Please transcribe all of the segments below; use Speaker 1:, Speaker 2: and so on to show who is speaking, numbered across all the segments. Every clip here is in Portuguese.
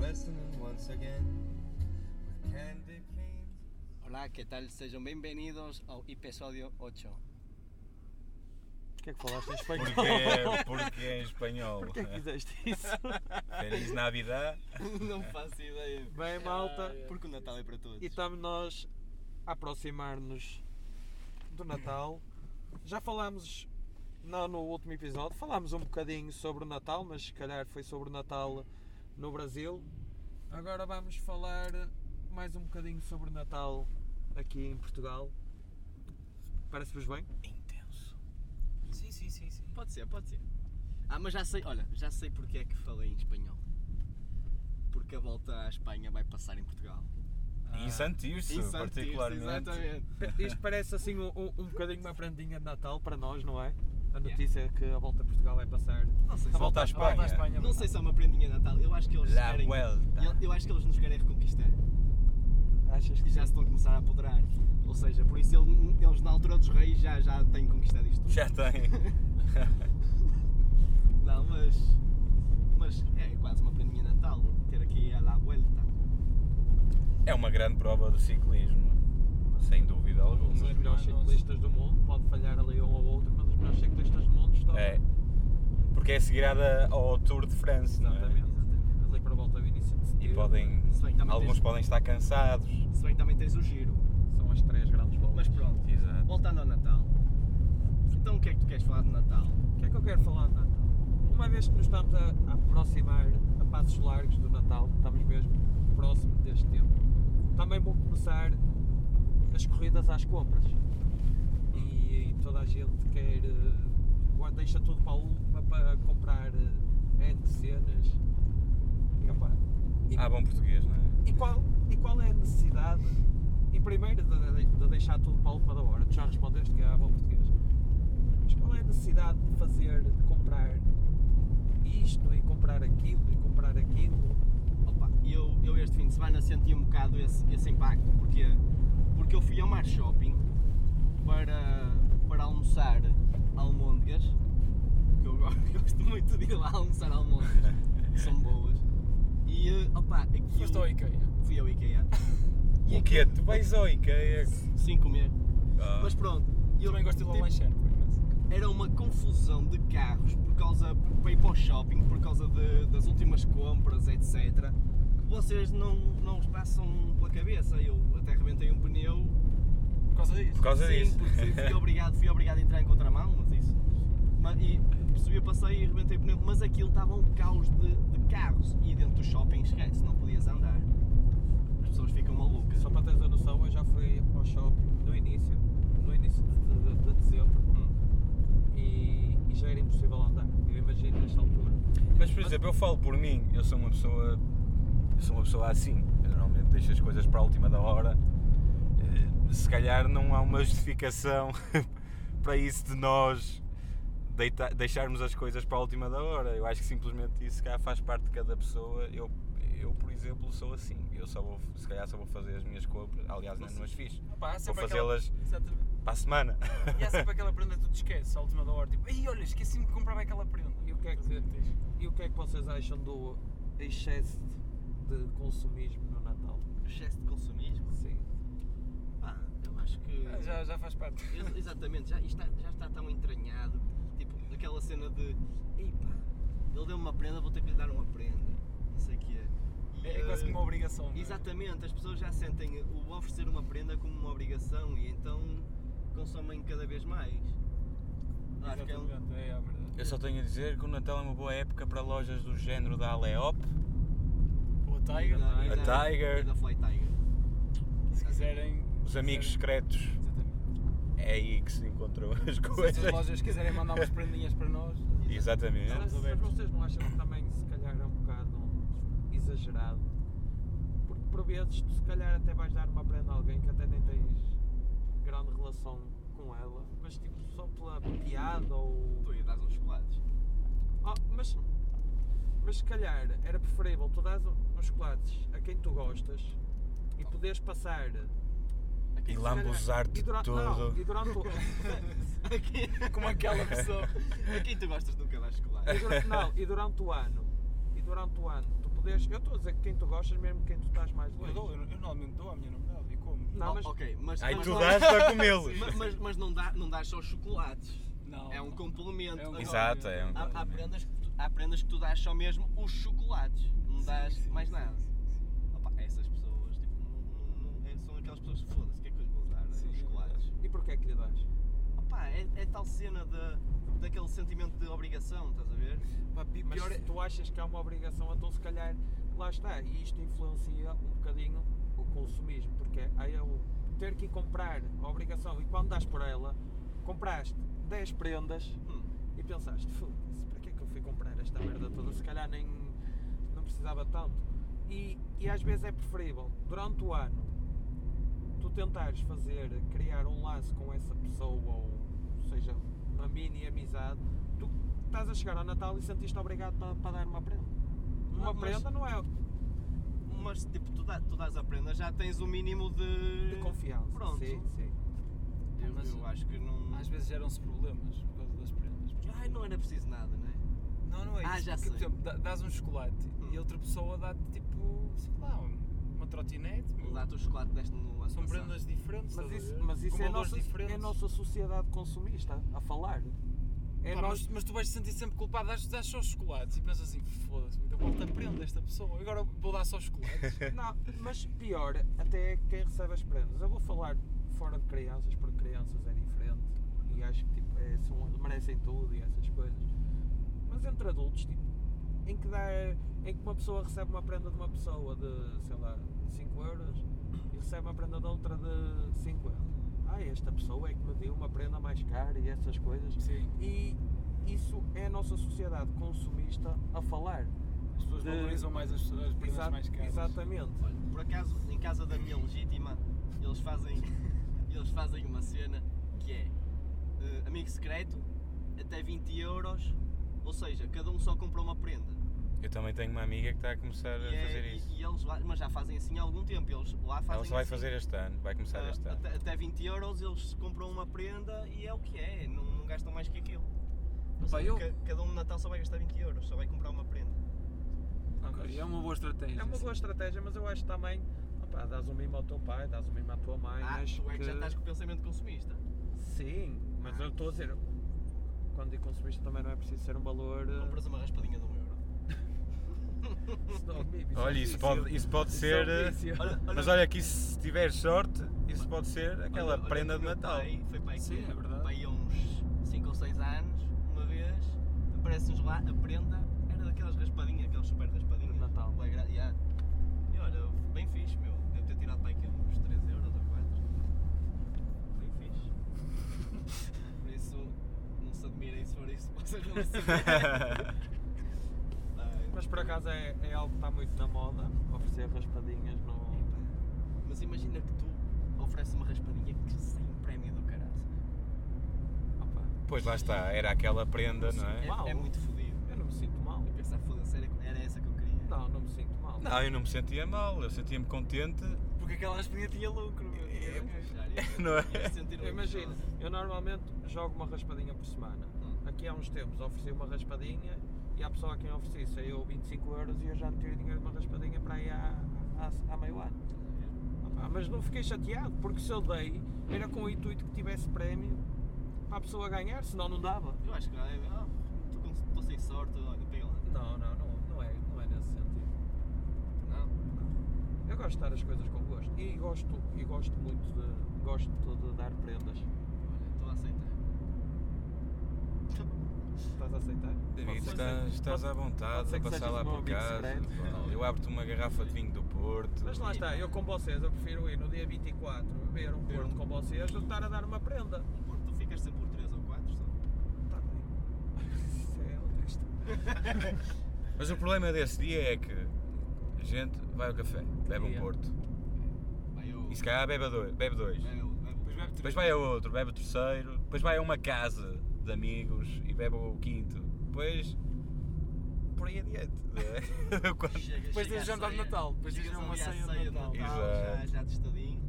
Speaker 1: Listening once again with candy canes.
Speaker 2: Hola, ¿qué tal? Sejam bem-vindos ao episódio 8.
Speaker 3: O que é que falaste em espanhol?
Speaker 4: Porque, porque em espanhol.
Speaker 3: Porquê é que fizeste isso?
Speaker 4: Feliz Navidad.
Speaker 2: Não faço ideia.
Speaker 3: Bem, malta.
Speaker 2: Porque o Natal é para todos.
Speaker 3: E estamos nós a aproximar-nos do Natal. Já falámos, não no último episódio, falámos um bocadinho sobre o Natal, mas se calhar foi sobre o Natal no Brasil. Agora vamos falar mais um bocadinho sobre o Natal aqui em Portugal. Parece-vos bem?
Speaker 4: Intenso.
Speaker 2: Sim, sim, sim, sim. Pode ser, pode ser. Ah, mas já sei, olha, já sei porque é que falei em espanhol. Porque a volta à Espanha vai passar em Portugal.
Speaker 4: E em Santirce,
Speaker 2: Em Santos,
Speaker 4: particularmente.
Speaker 2: Exatamente.
Speaker 3: Isto parece assim um, um- um bocadinho uma prendinha de Natal para nós, não é? A notícia que a volta a Portugal vai passar.
Speaker 2: Não sei,
Speaker 3: A
Speaker 2: se,
Speaker 4: volta à
Speaker 3: a
Speaker 4: Espanha.
Speaker 2: não sei se é uma prendinha de Natal. Eu acho que eles
Speaker 4: La
Speaker 2: querem.
Speaker 4: vuelta.
Speaker 2: Eu, eu acho que eles nos querem reconquistar.
Speaker 3: Achas
Speaker 2: E
Speaker 3: que
Speaker 2: já se estão a começar a apoderar. Ou seja, por isso ele- eles na altura dos reis já, já têm conquistado isto. tudo.
Speaker 4: Já tem.
Speaker 2: Não, mas. Mas é quase uma prendinha de Natal ter aqui a La Vuelta.
Speaker 4: É uma grande prova do ciclismo. Sem dúvida
Speaker 3: um dos
Speaker 4: alguma.
Speaker 3: melhores ciclistas do mundo? Pode falhar ali um ou outro, mas os melhores ciclistas do mundo estão.
Speaker 4: É. Porque é segurada ao Tour de France, não é?
Speaker 3: Exatamente. Ali para a volta do início de
Speaker 4: E
Speaker 3: setembro.
Speaker 4: podem.
Speaker 2: Se bem que também
Speaker 4: Alguns
Speaker 2: tens-
Speaker 4: podem estar cansados.
Speaker 2: Se bem que também tens o giro.
Speaker 3: São as três grandes voltas.
Speaker 2: Mas pronto, eh,
Speaker 4: Exato.
Speaker 2: voltando ao Natal. Então o que é que tu queres falar de Natal?
Speaker 3: O que é que eu quero falar de Natal? Uma vez que nos estamos a a aproximar a passos largos do Natal, estamos mesmo próximo deste tempo, também vou começar as corridas às compras. E, e toda a gente quer. eh, guarda- deixa tudo para a última para comprar eh, entre cenas. E, opá, e-
Speaker 4: Ah, bom português, não é?
Speaker 3: e qual, e qual é a necessidade, e primeiro, de, de deixar tudo para a última da hora? Tu já respondeste que é a bom português. Mas qual é a necessidade de fazer, de comprar isto e comprar aquilo e comprar aquilo?
Speaker 2: Opa, eu, eu este fim de semana senti um bocado esse, esse impacto. Porquê? Porque eu fui ao Mar Shopping para, para almoçar almôndegas. Que eu go- gosto muito de ir lá almoçar almôndegas, que são boas. E, eh, opa, aquilo...
Speaker 5: Foste ao IKEA.
Speaker 2: Fui ao IKEA.
Speaker 4: O quê? Tu vais ao IKEA?
Speaker 2: Sem comer.
Speaker 4: Ah,
Speaker 2: Mas pronto.
Speaker 5: Eu também gosto de ir lá
Speaker 2: tipo,
Speaker 5: lanchar, por acaso.
Speaker 2: era uma confusão de carros por causa para ir para o shopping, por causa de- das últimas compras, etc. Que vocês não, não os passam pela cabeça. Eu até arrebentei um pneu.
Speaker 5: Por causa disso.
Speaker 4: por causa
Speaker 2: Sim,
Speaker 4: disso.
Speaker 2: porque fui obrigado, fui obrigado a entrar em contramão, mas isso. Mas, e percebi, eu passei e arrebentei o pneu. Mas aquilo estava um caos de, de carros. E dentro do shopping esquece, não podias andar. As pessoas ficam malucas.
Speaker 3: Só para teres a noção, eu já fui ao shopping no início, no início de, de- de dezembro,
Speaker 2: Hum.
Speaker 3: e, e já era impossível andar. Eu imagino nesta altura.
Speaker 4: Mas por exemplo, eu falo por mim, eu sou uma pessoa. Eu sou uma pessoa assim. Eu normalmente deixo as coisas para a última da hora. Eh, Se calhar não há uma justificação para isso de nós deita- deixarmos as coisas para a última da hora. Eu acho que simplesmente isso cá faz parte de cada pessoa. Eu, eu por exemplo, sou assim. Eu só vou, se calhar só vou fazer as minhas compras. Aliás, não, não as fiz.
Speaker 5: Opa, há
Speaker 4: Vou
Speaker 5: sempre aquela-
Speaker 4: fazê-las
Speaker 5: Exatamente.
Speaker 4: para a semana.
Speaker 5: E há sempre aquela prenda que tu te esqueces à última da hora. Tipo, ei, olha, esqueci-me de comprar aquela prenda.
Speaker 3: E o que é que- E o que é que vocês acham do excesso de consumismo no Natal?
Speaker 2: Excesso de consumismo.
Speaker 3: Sim.
Speaker 2: Pá, eu acho que.
Speaker 5: Ah, Já, já faz parte.
Speaker 2: Ex- Exatamente, já, isto está, já está tão entranhado. Tipo, aquela cena de. Ei pá, ele deu-me uma prenda, vou ter que lhe dar uma prenda. Não sei o que é.
Speaker 5: É,
Speaker 3: Eh,
Speaker 5: é quase que uma obrigação. não é?
Speaker 2: Exatamente, as pessoas já sentem o oferecer uma prenda como uma obrigação e então consomem cada vez mais. Acho que é um-
Speaker 5: Exatamente, é, é verdade.
Speaker 4: Eu só tenho a dizer que o Natal é uma boa época para lojas do género da Aleop.
Speaker 5: Ou a Tiger, é?
Speaker 2: e da-
Speaker 4: A
Speaker 2: e da-
Speaker 4: Tiger.
Speaker 2: e da Fly Tiger.
Speaker 5: se quiserem.
Speaker 4: Os amigos
Speaker 5: quiserem-
Speaker 4: secretos.
Speaker 5: Exatamente.
Speaker 4: É aí que se encontram as
Speaker 5: Se
Speaker 4: coisas.
Speaker 5: essas lojas quiserem mandar umas prendinhas para nós.
Speaker 4: Exatamente.
Speaker 3: Mas,
Speaker 5: É, Estamos
Speaker 3: mas
Speaker 5: abertos.
Speaker 3: vocês não acham que também se calhar é um bocado exagerado? Porque por vezes tu se calhar até vais dar uma prenda a alguém que até nem tens grande relação com ela, mas tipo só pela piada ou.
Speaker 2: Tu ia dar uns chocolates.
Speaker 3: Oh, mas, mas se calhar era preferível tu dás uns chocolates a quem tu gostas e poderes passar.
Speaker 4: E lambuzar-te
Speaker 3: e dura- Não, e
Speaker 4: todo.
Speaker 3: durante o.
Speaker 2: Como aquela pessoa. A quem tu gostas nunca dás um chocolate.
Speaker 3: E durante, não, e durante o ano, e durante o ano, tu poderes. Eu estou a dizer que quem tu gostas, mesmo quem tu estás mais
Speaker 5: Eu,
Speaker 3: longe.
Speaker 5: dou, eu, eu normalmente dou à minha namorada e como.
Speaker 3: Não,
Speaker 2: Oh,
Speaker 3: mas-
Speaker 2: Ok, mas.
Speaker 4: Aí
Speaker 2: mas
Speaker 4: tu
Speaker 2: não- é-
Speaker 4: dás para comê-los.
Speaker 2: Mas, mas- mas não, dá, não dás só chocolates.
Speaker 5: Não,
Speaker 2: É um
Speaker 5: não.
Speaker 2: complemento.
Speaker 5: É um
Speaker 2: Agora,
Speaker 4: Exato, é um
Speaker 2: Há, há
Speaker 4: complemento.
Speaker 2: prendas que tu, há prendas que tu dás só mesmo os chocolates, não dás mais nada. Opa, essas pessoas, tipo, não, não- não- é- são aquelas pessoas que foda-se, o que é que eu lhe vou dar?
Speaker 3: Sim,
Speaker 2: os chocolates.
Speaker 3: E porquê é que lhe dás?
Speaker 2: Opa, é, é tal cena de, daquele sentimento de obrigação, estás a ver?
Speaker 3: Pá, pi- Mas
Speaker 5: pior é-
Speaker 3: se tu achas que há uma obrigação, então se calhar lá está. E isto influencia um bocadinho o consumismo, porque há eu ter que ir comprar a obrigação e quando dás por ela, compraste 10 prendas
Speaker 2: Hum.
Speaker 3: e pensaste, foda-se, para que é que eu fui comprar esta merda toda? Se calhar nem não precisava tanto. E, e às vezes é preferível, durante o ano, tu tentares fazer, criar um laço com essa pessoa, ou seja, uma mini amizade, tu estás a chegar ao Natal e sentiste obrigado para, para dar uma prenda.
Speaker 5: Ah,
Speaker 3: Uma
Speaker 2: Mas-
Speaker 3: prenda não é
Speaker 2: Mas tipo, tu, dá, tu dás a prenda, já tens o mínimo de.
Speaker 3: de confiança.
Speaker 2: Pronto.
Speaker 3: Sim, sim.
Speaker 2: Eu,
Speaker 5: Mas-
Speaker 2: eu acho que não.
Speaker 5: Às vezes geram-se problemas por causa das prendas.
Speaker 2: Ai, não era preciso nada, não é?
Speaker 5: Não, não é isso.
Speaker 2: Ah, já
Speaker 5: porque, por
Speaker 2: sei.
Speaker 5: exemplo, dá- dás um chocolate
Speaker 2: Hum.
Speaker 5: e outra pessoa dá-te tipo, sei lá, um- uma trotinete. meu.
Speaker 2: Dá-te o chocolate que deste no ano
Speaker 5: São
Speaker 2: passado.
Speaker 5: prendas diferentes.
Speaker 3: Mas
Speaker 5: estás a
Speaker 3: isso,
Speaker 5: ver?
Speaker 3: mas isso
Speaker 5: Com
Speaker 3: é, a
Speaker 5: valores
Speaker 3: nossa, é
Speaker 5: diferentes.
Speaker 3: a nossa sociedade consumista a falar. É
Speaker 5: Pá,
Speaker 3: nós
Speaker 5: mas, mas tu vais te sentir sempre culpado, dás, dás só chocolates e pensas assim, foda-se, me deu volta a prenda esta pessoa, agora vou dar só chocolates.
Speaker 3: Não, mas pior até é quem recebe as prendas. Eu vou falar fora de crianças, porque crianças é diferente e acho que tipo, é, são- merecem tudo e essas coisas. Mas entre adultos, tipo, em que, dá, em que uma pessoa recebe uma prenda de uma pessoa de, sei lá, 5 euros e recebe uma prenda de outra de 5 euros. Ah, esta pessoa é que me deu uma prenda mais cara e essas coisas.
Speaker 5: Sim.
Speaker 3: E isso é a nossa sociedade consumista a falar.
Speaker 5: As pessoas
Speaker 3: De-
Speaker 5: valorizam mais as, as prendas
Speaker 3: Exa-
Speaker 5: mais caras.
Speaker 3: Exatamente.
Speaker 2: Olha, por acaso, em casa da minha legítima, eles fazem, eles fazem uma cena que é eh, amigo secreto, até 20 euros, ou seja, cada um só compra uma prenda.
Speaker 4: Eu também tenho uma amiga que está a começar a
Speaker 2: e, é-
Speaker 4: fazer
Speaker 2: e-
Speaker 4: isso.
Speaker 2: e eles lá, mas já fazem assim há algum tempo, eles lá fazem
Speaker 4: Ela só vai
Speaker 2: assim,
Speaker 4: fazer este ano, vai começar
Speaker 2: ah,
Speaker 4: este ano.
Speaker 2: até, até 20 euros eles compram uma prenda e é o que é, não, não gastam mais que aquilo. Ou
Speaker 5: Pá,
Speaker 2: seja,
Speaker 5: eu-
Speaker 2: ca- cada um no Natal só vai gastar 20 euros, só vai comprar uma prenda.
Speaker 5: Ok, É uma boa estratégia.
Speaker 3: É uma boa
Speaker 5: sim.
Speaker 3: estratégia, mas eu acho também. Opá, dás um mimo ao teu pai, dás um mimo à tua mãe.
Speaker 2: Ah,
Speaker 3: acho
Speaker 2: tu é que já estás com o pensamento consumista.
Speaker 3: Sim, mas eu estou a dizer. Quando digo consumista também não é preciso ser um valor. eh,
Speaker 2: Compras uma raspadinha de um euro.
Speaker 3: isso não- é um
Speaker 4: Olha, isso
Speaker 3: vício.
Speaker 4: pode, isso pode
Speaker 3: Isso é um
Speaker 4: ser. eh,
Speaker 3: vício.
Speaker 2: Olha-
Speaker 4: Mas olha aqui, se tiver sorte, isso pode ser
Speaker 2: Olha,
Speaker 4: aquela
Speaker 2: olha
Speaker 4: prenda
Speaker 2: que
Speaker 4: de
Speaker 2: o meu
Speaker 4: Natal.
Speaker 2: Pai, foi pai
Speaker 5: Sim,
Speaker 2: que,
Speaker 5: é verdade.
Speaker 2: Pai há uns 5 ou 6 anos, uma vez, aparece-nos lá a prenda, era daquelas raspadinhas, aquelas super raspadinhas.
Speaker 3: De Natal.
Speaker 2: Bué gra- yeah. E olha, bem fixe, meu. Devo ter tirado para aqui uns 3 euros ou 4. Bem fixe. Por isso, não se admirem se for isso que vocês vão receber. Ai,
Speaker 3: Mas por acaso é, é algo que está muito na moda oferecer raspadinhas no.
Speaker 2: Mas imagina que tu ofereces uma raspadinha que sem prémio do caralho.
Speaker 3: Opá,
Speaker 4: Pois lá está, era aquela prenda, não é?
Speaker 3: Mal.
Speaker 2: É, é muito fodido.
Speaker 3: eu não me sinto mal.
Speaker 2: Eu pensava, foda-se, era, era essa que eu queria.
Speaker 3: Não, não me sinto mal.
Speaker 4: Não, eu não me sentia mal, eu sentia-me contente.
Speaker 2: Porque aquela raspadinha tinha lucro. meu.
Speaker 4: É,
Speaker 2: Ia-
Speaker 4: não é?
Speaker 2: ia sentir um
Speaker 3: Imagina,
Speaker 2: gostoso.
Speaker 3: eu normalmente jogo uma raspadinha por semana.
Speaker 2: Hum.
Speaker 3: Aqui há uns tempos ofereci uma raspadinha e à pessoa a quem ofereci saiu 25 euros e eu já tirei dinheiro de uma raspadinha para aí há, há, há meio ano.
Speaker 2: É.
Speaker 3: Opá, mas não fiquei chateado, porque se eu dei, era com o intuito que tivesse prémio para a pessoa ganhar, senão não dava.
Speaker 2: Eu acho que ah, estou sem sorte, olha, pega lá.
Speaker 3: Não, não, não, não é, não é nesse sentido.
Speaker 2: Não?
Speaker 3: Eu gosto de dar as coisas com gosto e gosto, e gosto muito de, gosto de dar prendas.
Speaker 2: Olha, estou a aceitar.
Speaker 3: Estás a aceitar?
Speaker 4: David,
Speaker 3: Pode ser
Speaker 4: estás,
Speaker 3: que-
Speaker 4: estás à
Speaker 3: pode- pode
Speaker 4: vontade
Speaker 3: ser
Speaker 4: a
Speaker 3: que
Speaker 4: passar
Speaker 3: sejas
Speaker 4: lá
Speaker 3: o meu
Speaker 4: por
Speaker 3: amigo
Speaker 4: casa.
Speaker 3: secreto.
Speaker 4: pá, Eu abro-te uma garrafa de vinho do Porto.
Speaker 3: Mas lá está, eu com vocês, eu prefiro ir no dia 24 beber um
Speaker 2: Beber
Speaker 3: porto
Speaker 2: um-
Speaker 3: com vocês do que estar a dar uma prenda.
Speaker 2: Porque tu ficas sempre por 3 ou 4 só.
Speaker 3: Tá bem. Isso é outra questão.
Speaker 4: Mas o problema desse dia é que a gente vai ao café, bebe um
Speaker 3: dia?
Speaker 4: Porto.
Speaker 2: Vai eu.
Speaker 4: E se calhar bebe dois. Bebe dois.
Speaker 2: Vai eu, vai eu.
Speaker 5: Depois bebe
Speaker 4: Depois vai a outro, bebe o terceiro, depois vai a uma casa de amigos e bebe o quinto. Depois por aí adiante. não é? Quando-
Speaker 2: Chega-
Speaker 5: Depois
Speaker 2: chega
Speaker 5: tens
Speaker 2: à
Speaker 5: jantar de
Speaker 2: ceia.
Speaker 5: Natal, depois
Speaker 2: Chegas
Speaker 5: tens uma
Speaker 2: ali à
Speaker 5: ceia de Natal.
Speaker 2: Já,
Speaker 4: Exato.
Speaker 2: já tostadinho,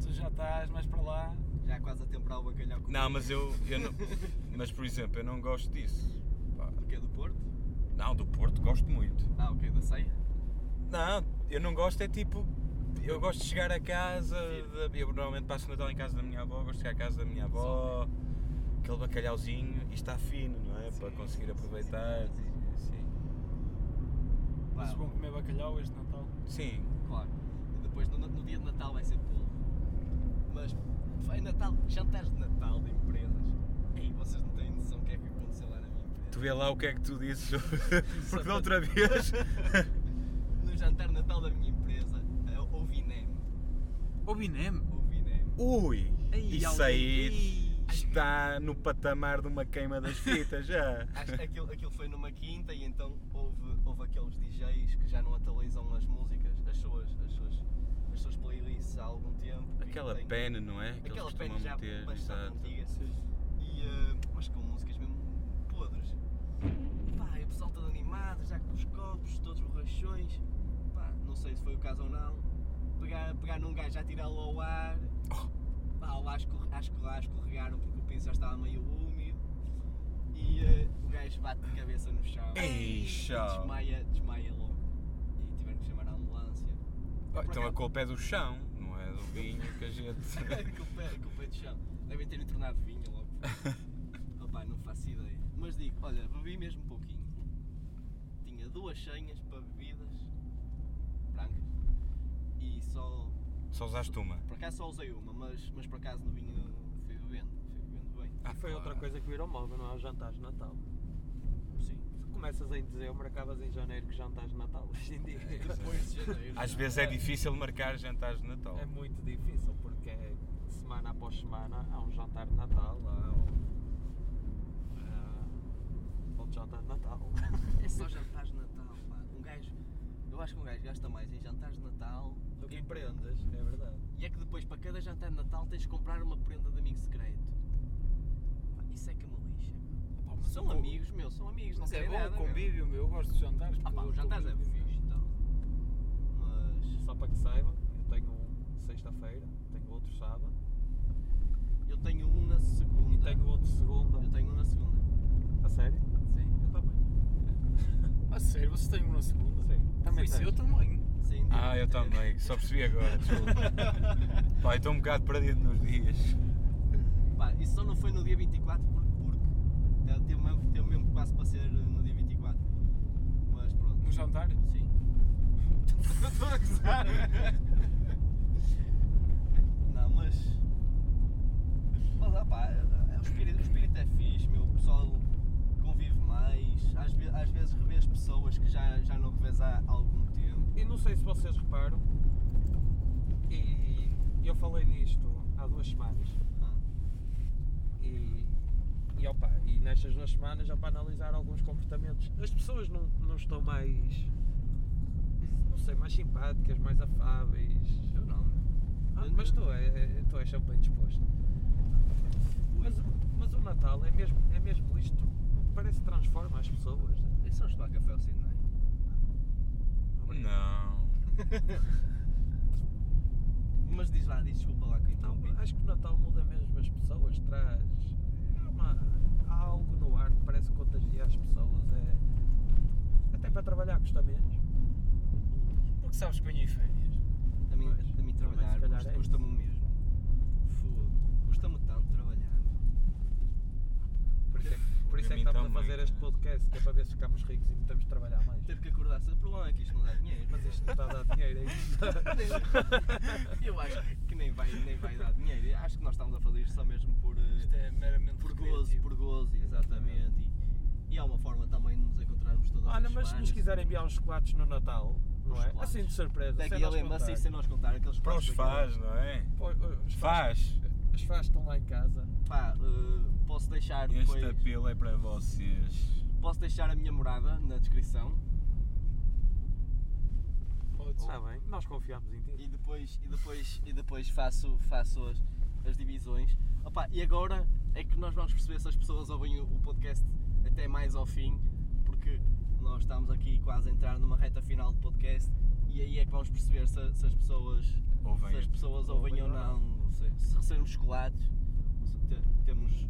Speaker 5: tu já estás mais para lá.
Speaker 2: já quase a temperar o bacalhau com
Speaker 4: Não, mas eu, eu não. Mas por exemplo, eu não gosto disso. Pá,
Speaker 2: Do que é do Porto?
Speaker 4: Não, do Porto gosto muito.
Speaker 2: Ah, ok, da ceia?
Speaker 4: Não, eu não gosto, é tipo. Eu gosto de chegar a casa. da- eu normalmente passo o Natal em casa da minha avó, gosto de chegar à casa da minha avó, aquele bacalhauzinho, e está fino, não é? Para conseguir aproveitar. Sim,
Speaker 2: Pá,
Speaker 5: Vocês vão comer bacalhau este Natal?
Speaker 4: sim.
Speaker 2: claro. E depois no, no dia de Natal vai ser polvo. Mas vai Natal, jantares de Natal de empresas. Ei, vocês não têm noção do que é que aconteceu lá na minha empresa.
Speaker 4: Tu vê lá o que é que tu dizes, porque da outra vez.
Speaker 2: No jantar de Natal da minha empresa, eh, houve INEM.
Speaker 3: O Binem.
Speaker 2: Houve INEM.
Speaker 4: Ui!
Speaker 3: Ei,
Speaker 4: Isso
Speaker 3: alguém-
Speaker 4: aí
Speaker 3: Ei.
Speaker 4: está no patamar de uma queima das fitas já.
Speaker 2: Acho que aquilo, aquilo foi numa quinta e então houve, houve aqueles DJs que já não atualizam as músicas, as suas, as suas, as suas playlists há algum tempo. e
Speaker 4: Aquela
Speaker 2: têm-
Speaker 4: pen, não é? Que eles
Speaker 2: Aquela pena
Speaker 4: costumam
Speaker 2: já
Speaker 4: meter.
Speaker 2: bastante
Speaker 4: exato.
Speaker 2: antiga. E, eh, mas com músicas mesmo podres. Pá, e o pessoal todo animado, já com os copos, todos borrachões. Pá, não sei se foi o caso ou não. Pegar, pegar num gajo, já tirá-lo ao ar. Pá, lá escorre- acho que lá escorregaram porque o piso já estava meio úmido. E eh, o gajo bate de cabeça no chão.
Speaker 4: Ei,
Speaker 2: E
Speaker 4: chão.
Speaker 2: Desmaia, desmaia logo. E tiveram que chamar a ambulância.
Speaker 4: Oh,
Speaker 2: Por
Speaker 4: então a
Speaker 2: acaso-
Speaker 4: culpa é do chão, não é do vinho que a gente.
Speaker 2: culpa, culpa é de chão. Devem ter entornado vinho logo. Opa, não faço ideia. Mas digo, olha, bebi mesmo pouquinho. Tinha duas senhas para bebidas brancas. E só.
Speaker 4: Só usaste uma.
Speaker 2: Por acaso só usei uma, mas, mas por acaso no vinho fui bebendo. Fui bebendo bem.
Speaker 4: Ah,
Speaker 3: Foi outra
Speaker 4: claro.
Speaker 3: coisa que virou moda, não é? Os jantares de Natal.
Speaker 2: Sim.
Speaker 3: Tu começas em dezembro, acabas em janeiro que jantares de Natal hoje em dia.
Speaker 2: Depois de janeiro.
Speaker 4: Às vezes é difícil marcar jantares de Natal.
Speaker 3: É muito difícil porque é semana após semana há um jantar de Natal, há um, ah, outro jantar de Natal.
Speaker 2: É só jantares de Natal, pá. Um gajo. Eu acho que um gajo gasta mais em jantares de Natal
Speaker 3: Do que empreendas, é verdade.
Speaker 2: E é que depois, para cada jantar de Natal, tens de comprar uma prenda de amigo secreto. Pá, Isso é que é uma lixa.
Speaker 5: Pá, mas
Speaker 2: São
Speaker 5: eu-
Speaker 2: amigos, meu, são amigos, não
Speaker 5: Mas é
Speaker 2: querem
Speaker 5: bom
Speaker 2: nada.
Speaker 5: o
Speaker 2: meu.
Speaker 5: convívio, meu. Eu gosto de jantares.
Speaker 2: Ah,
Speaker 5: porque
Speaker 2: pá,
Speaker 5: eu-
Speaker 2: os jantares é
Speaker 5: convívio,
Speaker 2: fixe, então. Mas
Speaker 3: Só para que saiba, eu tenho um sexta-feira, tenho outro sábado
Speaker 2: eu tenho um na segunda.
Speaker 3: e tenho outro segunda.
Speaker 2: Eu tenho um na segunda.
Speaker 3: A sério?
Speaker 2: Sim.
Speaker 3: Eu também.
Speaker 5: meu. A Ah, sério, vocês têm uma
Speaker 3: Sim,
Speaker 5: segunda?
Speaker 3: também
Speaker 5: Também
Speaker 3: tenho.
Speaker 5: eu também.
Speaker 2: Sim
Speaker 4: Ah, eu também, só percebi agora, desculpa. Pá, eu estou um bocado perdido nos dias.
Speaker 2: Pá, isso só não foi no dia 24 porque, porque eh, teve, mesmo, teve mesmo quase para ser eh, no dia 24. Mas pronto.
Speaker 5: No jantar?
Speaker 2: Sim. Estou a gozar. Não, mas. Mas ah, pá, o espírito, o espírito é fixe, meu. O pessoal convive mais. Às, ve- às vezes revês pessoas que já, já não revês há algum tempo.
Speaker 3: E não sei se vocês reparam, e eu falei nisto há duas semanas. E, e, opa, e nestas duas semanas já para analisar alguns comportamentos. As pessoas não, não estão mais. Não sei, mais simpáticas, mais afáveis.
Speaker 2: Eu não.
Speaker 3: Ah, mas tu, é, é- tu és sempre bem disposto. Mas, o- mas o Natal é mesmo, é mesmo isto. Parece que transforma as pessoas.
Speaker 2: É só estudar café ao Sidney.
Speaker 4: Não.
Speaker 2: Mas diz lá, diz desculpa lá que eu
Speaker 3: Não,
Speaker 2: interrompi.
Speaker 3: acho que o Natal muda mesmo as pessoas, traz. há uma- há algo no ar que parece que contagia as pessoas. É, até para trabalhar custa menos.
Speaker 5: Porque sabes que venho em férias.
Speaker 2: A mim,
Speaker 3: Pois,
Speaker 2: a mim
Speaker 3: também
Speaker 2: trabalhar
Speaker 3: se calhar
Speaker 2: custa-
Speaker 3: é isso.
Speaker 2: custa-me o mesmo. Fogo. Custa-me tanto trabalhar.
Speaker 3: Por isso é, que- por isso é que
Speaker 4: Para mim
Speaker 3: estamos a
Speaker 4: também,
Speaker 3: fazer este
Speaker 4: cara.
Speaker 3: podcast, que é para ver se ficamos ricos e não temos de trabalhar mais.
Speaker 2: Ter que acordar cedo. O problema é que isto não dá dinheiro.
Speaker 3: Mas isto não está a dar dinheiro, é isto.
Speaker 2: Eu acho que nem vai, nem vai dar dinheiro. Eu Acho que nós estamos a fazer isto só mesmo por, eh,
Speaker 5: Isto é meramente
Speaker 2: por gozo,
Speaker 5: recreativo.
Speaker 2: por gozo, exatamente. E, e há uma forma também de nos encontrarmos todas
Speaker 3: Olha,
Speaker 2: as
Speaker 3: mas se nos
Speaker 2: semanas.
Speaker 3: quiserem enviar uns chocolates no Natal, não
Speaker 2: Uns
Speaker 3: é? Assim de
Speaker 2: chocolates.
Speaker 3: surpresa. sem
Speaker 2: Daqui a
Speaker 3: nós
Speaker 2: lembra assim,
Speaker 3: contar.
Speaker 2: sem nós contar aqueles
Speaker 4: Para os
Speaker 2: pratos
Speaker 4: faz,
Speaker 2: daqueles-
Speaker 4: não é?
Speaker 3: Pô, Os faz.
Speaker 4: Faz.
Speaker 3: Os faz estão lá em casa.
Speaker 2: Pá, eh, posso deixar depois.
Speaker 4: Este apelo é para vocês.
Speaker 2: Posso deixar a minha morada na descrição
Speaker 5: Podes.
Speaker 3: Está bem, nós confiamos em ti.
Speaker 2: e depois, e depois, e depois faço, faço as, as divisões. Opa, e agora é que nós vamos perceber se as pessoas ouvem o, o podcast até mais ao fim, porque nós estamos aqui quase a entrar numa reta final do podcast e aí é que vamos perceber se, se as pessoas
Speaker 4: Ouvem.
Speaker 2: se as pessoas ouvem ou não, se, se recebemos chocolates, se te- temos,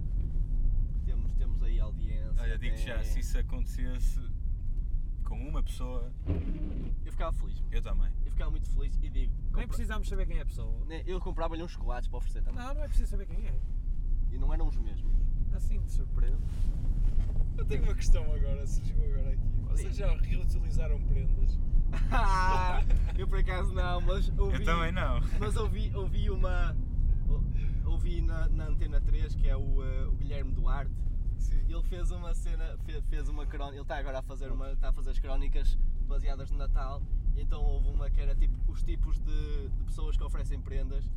Speaker 2: temos, temos aí audiência.
Speaker 4: Olha, digo
Speaker 2: até-
Speaker 4: já, se isso acontecesse, com uma pessoa,
Speaker 2: Eu ficava feliz,
Speaker 4: eu também.
Speaker 2: eu ficava muito feliz e digo.
Speaker 3: Nem
Speaker 2: compra-
Speaker 3: precisamos saber quem é a pessoa.
Speaker 2: né, Eu comprava-lhe uns chocolates para oferecer também.
Speaker 3: Não, não é preciso saber quem é.
Speaker 2: E não eram os mesmos.
Speaker 3: Assim de surpresa.
Speaker 5: Eu tenho uma questão agora, surgiu agora aqui. Vocês já reutilizaram prendas?
Speaker 2: Ah, eu por acaso não, mas ouvi.
Speaker 4: Eu também não.
Speaker 2: Mas ouvi, ouvi uma. ou- Ouvi na, na Antena 3 que é o, eh, o Guilherme Duarte.
Speaker 5: Sim.
Speaker 2: Ele fez uma cena, fe- fez, uma crónica. Ele está agora a fazer, uma, está a fazer as crónicas baseadas no Natal. Então houve uma que era tipo os tipos de, de pessoas que oferecem prendas.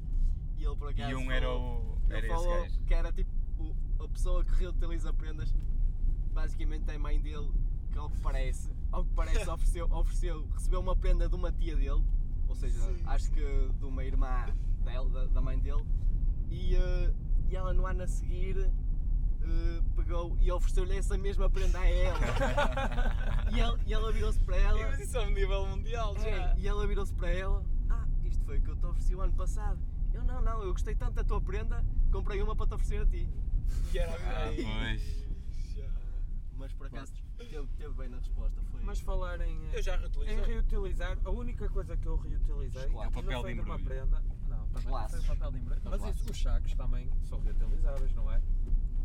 Speaker 2: E ele por acaso.
Speaker 4: E um era
Speaker 2: falou-
Speaker 4: o.
Speaker 2: Ele
Speaker 4: Era esse
Speaker 2: falou
Speaker 4: gajo.
Speaker 2: que era tipo o- a pessoa que reutiliza prendas, basicamente é a mãe dele, que ao que parece, ao que parece ofereceu, ofereceu, recebeu uma prenda de uma tia dele, ou seja,
Speaker 5: Sim.
Speaker 2: acho que de uma irmã dela, da, da mãe dele, e, eh, e ela no ano a seguir eh, pegou e ofereceu-lhe essa mesma prenda a ela. e, é ela e ela virou-se para ela.
Speaker 5: Mas isso é um nível mundial já.
Speaker 2: É, e ela virou-se para ela: Ah, isto foi o que eu te ofereci o ano passado. Eu não, não, eu gostei tanto da tua prenda, comprei uma para te oferecer a ti.
Speaker 5: E era
Speaker 4: Ah,
Speaker 5: aí.
Speaker 4: pois.
Speaker 5: Já.
Speaker 2: Mas por acaso teve, teve bem na resposta. Foi.
Speaker 3: Mas falar em,
Speaker 5: Eu já
Speaker 3: em
Speaker 5: reutilizei.
Speaker 3: reutilizar, a única coisa que eu reutilizei
Speaker 2: Os
Speaker 4: colares.
Speaker 3: não
Speaker 4: É o papel
Speaker 3: foi
Speaker 4: de
Speaker 3: numa
Speaker 4: embrulho.
Speaker 3: prenda. Não, também não foi
Speaker 2: laços.
Speaker 3: de papel de embrulho.
Speaker 2: Os
Speaker 3: Mas isso,
Speaker 2: laços.
Speaker 3: os sacos também são reutilizáveis, não é?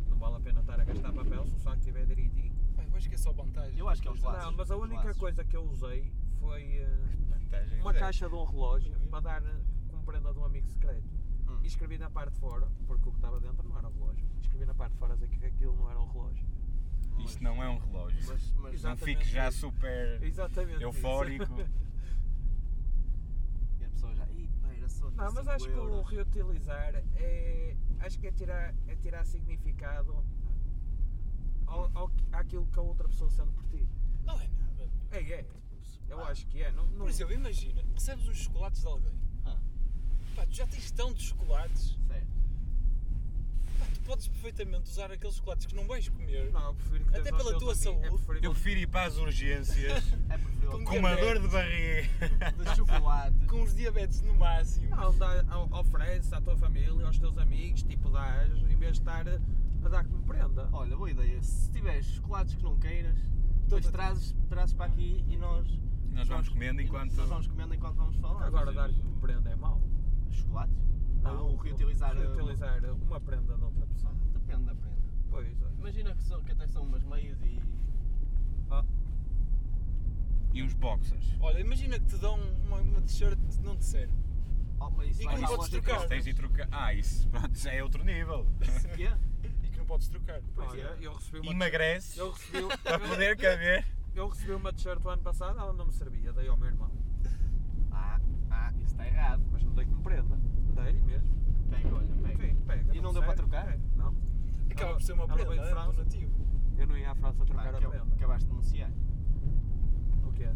Speaker 3: Não vale a pena estar a gastar papel se o saco estiver direitinho.
Speaker 5: Pai, eu acho que é só vantagem.
Speaker 2: Eu acho que é os laços.
Speaker 3: Não, mas a
Speaker 2: os
Speaker 3: única
Speaker 2: laços.
Speaker 3: coisa que eu usei foi eh,
Speaker 4: Vantagem
Speaker 3: uma
Speaker 4: zero.
Speaker 3: caixa de um relógio para dar eh, como prenda de um amigo secreto.
Speaker 2: Hum.
Speaker 3: E escrevi na parte de fora, porque o que estava dentro não era o relógio. Escrevi na parte de fora a dizer que aquilo não era um relógio.
Speaker 4: Isto não é um relógio.
Speaker 2: Mas, mas
Speaker 3: Exato.
Speaker 4: não fique já
Speaker 3: exatamente.
Speaker 4: super
Speaker 3: Exatamente. isso.
Speaker 4: eufórico.
Speaker 2: e a pessoa já. Ih, pá, era só.
Speaker 3: Não, mas acho que o
Speaker 2: euros.
Speaker 3: reutilizar é. Acho que é tirar, é tirar significado ao, ao, àquilo que a outra pessoa sente por ti.
Speaker 5: Não é nada.
Speaker 3: É, é. Eu acho que é. Não, não...
Speaker 5: Ah. Por exemplo, imagina, recebes uns chocolates de alguém.
Speaker 2: Ah.
Speaker 5: Pá, tu já tens tantos chocolates.
Speaker 2: Certo.
Speaker 5: Pá, tu podes perfeitamente usar aqueles chocolates que não vais comer.
Speaker 3: Não, eu prefiro que
Speaker 5: Até
Speaker 3: dês aos
Speaker 5: pela
Speaker 3: teus amigos.
Speaker 5: tua
Speaker 3: É
Speaker 5: saúde.
Speaker 3: preferível-
Speaker 4: Eu prefiro ir para as urgências
Speaker 2: É preferível
Speaker 5: Com-
Speaker 4: com uma dor de barriga.
Speaker 2: de chocolate.
Speaker 5: Com os diabetes no máximo.
Speaker 3: Não, dá, ao- oferece à tua família, aos teus amigos, tipo, dás, em vez de estar a, a dar como prenda.
Speaker 5: Oh,
Speaker 2: Olha, boa ideia. Se tiveres chocolates que não queiras, depois
Speaker 5: Todo-
Speaker 2: trazes, trazes para aqui e nós.
Speaker 4: Nós vamos comendo
Speaker 2: e
Speaker 4: enquanto.
Speaker 2: Nós vamos comendo enquanto vamos falar.
Speaker 3: Agora dar como prenda é mau.
Speaker 2: Chocolates? Ou reutilizar. a-
Speaker 5: eh,
Speaker 3: reutilizar uma prenda de outra pessoa.
Speaker 2: Depende da prenda.
Speaker 3: Pois é.
Speaker 2: Imagina que, são- que até são umas meias e.
Speaker 4: E uns boxers.
Speaker 5: Olha, imagina que te dão uma, uma t-shirt que não te serve.
Speaker 2: Oh, mas isso
Speaker 5: E
Speaker 2: vai
Speaker 5: que
Speaker 2: à
Speaker 5: podes
Speaker 2: loja e
Speaker 5: trocar.
Speaker 4: Mas
Speaker 2: compras.
Speaker 4: tens de trocar. Ah, isso pronto, já é outro nível.
Speaker 2: Quê?
Speaker 5: E que não podes trocar.
Speaker 3: Olha, eu recebi uma.
Speaker 4: Emagrece
Speaker 3: Eu recebi, um-
Speaker 5: Tá
Speaker 4: para poder caber.
Speaker 3: eu recebi uma t-shirt o ano passado, ela não me servia, dei ao meu irmão.
Speaker 2: Ah, ah, isso está errado.
Speaker 3: Mas não dei como prenda. Dei-lhe mesmo.
Speaker 2: Pega, olha, pega.
Speaker 3: Enfim, pega.
Speaker 2: E não deu para
Speaker 3: serve,
Speaker 2: trocar?
Speaker 3: é. Não.
Speaker 5: Acaba
Speaker 3: Ela-
Speaker 5: por ser uma
Speaker 3: ela
Speaker 5: prenda,
Speaker 3: veio de
Speaker 5: é?
Speaker 3: França.
Speaker 5: Donativo.
Speaker 3: Eu não ia à França
Speaker 2: Pá,
Speaker 3: trocar a
Speaker 2: acab-
Speaker 3: prenda.
Speaker 2: Ah, acabaste de denunciar.
Speaker 3: O quê?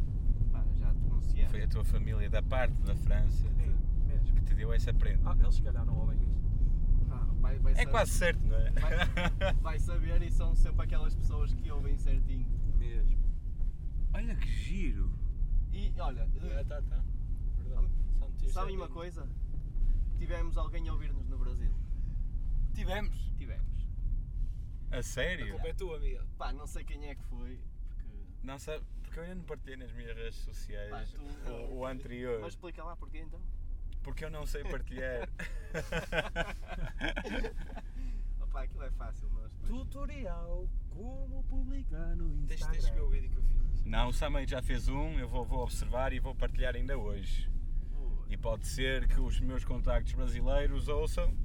Speaker 2: Pá, já te denunciei.
Speaker 4: Foi a tua família da parte da França
Speaker 3: Sim, mesmo.
Speaker 4: que te deu essa prenda.
Speaker 3: Ah, eles se calhar não ouvem isto.
Speaker 2: Ah, vai, vai
Speaker 4: É
Speaker 2: saber-
Speaker 4: quase certo, não é?
Speaker 2: Vai, vai saber e são sempre aquelas pessoas que ouvem certinho.
Speaker 3: Mesmo.
Speaker 4: Olha que giro!
Speaker 2: E olha,
Speaker 5: É, tá, tá. Verdade. Só um t-shirt
Speaker 2: sabem uma
Speaker 5: aí.
Speaker 2: coisa? Tivemos alguém a ouvir-nos no Brasil.
Speaker 5: Tivemos.
Speaker 2: Tivemos.
Speaker 4: A
Speaker 5: A
Speaker 4: sério?
Speaker 5: culpa é tua, Miguel.
Speaker 2: Pá, não sei quem é que foi, porque.
Speaker 4: Não sabe, porque eu ainda não partilhei nas minhas redes
Speaker 2: Pá,
Speaker 4: sociais
Speaker 2: tu-
Speaker 4: É, o, o anterior,
Speaker 2: Mas explica lá porquê então.
Speaker 4: porque eu não sei partilhar.
Speaker 2: Opá, aquilo é fácil, mas.
Speaker 3: Tutorial como publicar no
Speaker 5: Tens,
Speaker 3: Instagram.
Speaker 5: tens de ver o vídeo que eu fiz.
Speaker 4: não, o Samei já fez um, eu vou, vou observar e vou partilhar ainda hoje.
Speaker 2: Ui.
Speaker 4: E pode ser que os meus contactos brasileiros ouçam,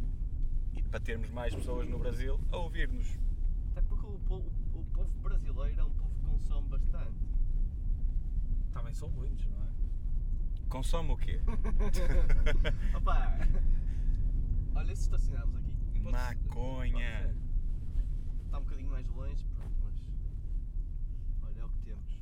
Speaker 4: e para termos mais pessoas no Brasil a ouvir-nos.
Speaker 2: Até porque o povo, o povo brasileiro é um povo que consome bastante.
Speaker 3: Também são muitos, não é?
Speaker 4: Consome o quê?
Speaker 2: Opa! Olha, se estacionarmos aqui,
Speaker 4: Maconha!
Speaker 2: está um bocadinho mais longe, pronto, mas. Olha, é o que temos.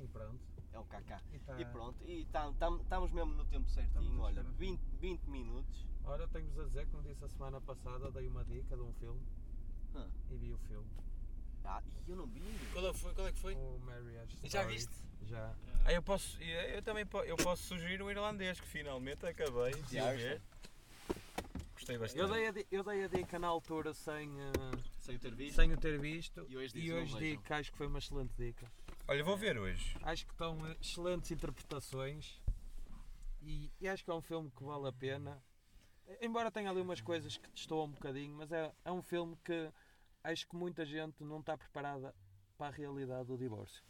Speaker 3: E pronto.
Speaker 2: É o KK.
Speaker 3: E, tá...
Speaker 2: E pronto, e tá, estamos mesmo no tempo certinho,
Speaker 3: Estamos à
Speaker 2: olha,
Speaker 3: espera.
Speaker 2: 20, 20 minutos.
Speaker 3: Olha, eu tenho-vos a dizer, como disse a semana passada, dei uma dica de um filme.
Speaker 2: Ah.
Speaker 3: E vi o filme.
Speaker 2: Ah, e eu não vi.
Speaker 5: Qual é, que foi? Qual é que foi?
Speaker 3: O Marriage Story.
Speaker 5: Já viste?
Speaker 3: Já.
Speaker 4: Ah, eu posso, eu eu também po- eu posso sugerir um irlandês que finalmente acabei de
Speaker 2: Já,
Speaker 4: ver. Gostei bastante.
Speaker 3: Eu dei, a, di- eu dei a dica na altura sem, eh,
Speaker 2: Sem o ter visto.
Speaker 3: sem o ter visto
Speaker 2: E hoje disse,
Speaker 3: e
Speaker 2: não
Speaker 3: hoje
Speaker 2: vejam.
Speaker 3: digo que acho que foi uma excelente dica.
Speaker 4: Olha, vou ver hoje.
Speaker 3: Acho que estão eh, excelentes interpretações e, e acho que é um filme que vale a pena. Embora tenha ali umas coisas que destoam um bocadinho, mas é, é um filme que acho que muita gente não está preparada para a realidade do divórcio.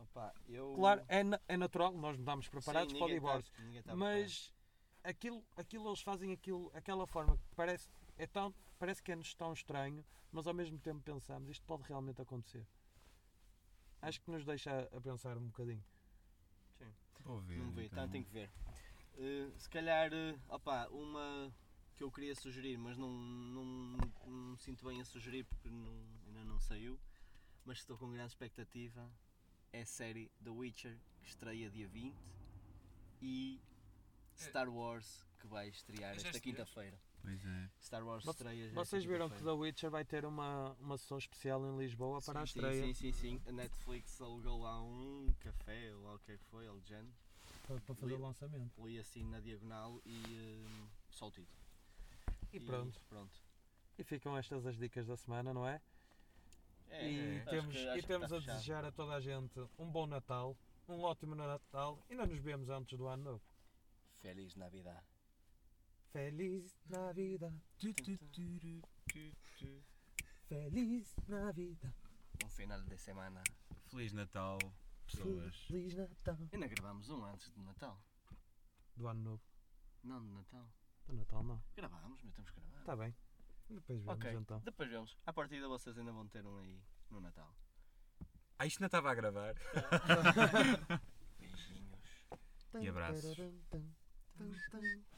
Speaker 2: Opa, eu...
Speaker 3: Claro, é, na- é natural, nós não estamos
Speaker 2: Sim,
Speaker 3: preparados para o
Speaker 2: ninguém
Speaker 3: divórcio.
Speaker 2: tá- ninguém tá
Speaker 3: mas aquilo, aquilo eles fazem aquilo, aquela forma que parece, é tão, parece que é-nos tão estranho, mas ao mesmo tempo pensamos, isto pode realmente acontecer. Acho que nos deixa a pensar um bocadinho.
Speaker 4: Vou ver.
Speaker 2: Não vi,
Speaker 4: então.
Speaker 2: então tenho que ver. Eh, se calhar, eh, opá, uma que eu queria sugerir, mas não, não, não me sinto bem a sugerir porque não- ainda não saiu, mas estou com grande expectativa, é a série The Witcher, que estreia dia 20, e Star Wars, que vai estrear
Speaker 5: É já
Speaker 2: esta
Speaker 5: este
Speaker 2: quinta-feira.
Speaker 4: Pois é.
Speaker 2: Star Wars
Speaker 3: Voc-
Speaker 2: estreia já
Speaker 3: Vocês
Speaker 2: esta
Speaker 3: viram que
Speaker 2: quinta-feira.
Speaker 3: The Witcher vai ter uma, uma sessão especial em Lisboa para a
Speaker 2: Sim,
Speaker 3: estreia.
Speaker 2: Sim, sim, sim, A Netflix alugou lá um café, ou lá o que é que foi, algo do género.
Speaker 3: Para, para fazer o
Speaker 2: Li-
Speaker 3: lançamento.
Speaker 2: Li assim na diagonal e hum, só o título.
Speaker 3: E pronto.
Speaker 2: pronto.
Speaker 3: E ficam estas as dicas da semana, não é?
Speaker 2: É,
Speaker 3: e
Speaker 2: acho
Speaker 3: temos,
Speaker 2: que-
Speaker 3: e
Speaker 2: acho que
Speaker 3: temos
Speaker 2: tá
Speaker 3: a
Speaker 2: fechado.
Speaker 3: desejar a toda a gente um bom Natal, um ótimo Natal e não nos vemos antes do ano novo.
Speaker 2: Feliz Navidad.
Speaker 3: Feliz Navidad, feliz Navidad,
Speaker 2: Um final de semana.
Speaker 4: Feliz Natal, pessoas.
Speaker 3: feliz Natal.
Speaker 2: Ainda gravámos um antes do Natal.
Speaker 3: Do ano novo.
Speaker 2: Não do Natal.
Speaker 3: Do Natal não.
Speaker 2: Gravámos, mas temos que gravar.
Speaker 3: Está bem. Depois vemos
Speaker 2: ok,
Speaker 3: então.
Speaker 2: depois vemos. À partida vocês ainda vão ter um aí no Natal.
Speaker 4: Ah, isto não estava a gravar.
Speaker 2: Beijinhos.
Speaker 4: E abraços.
Speaker 3: Tum, tum, tum, tum.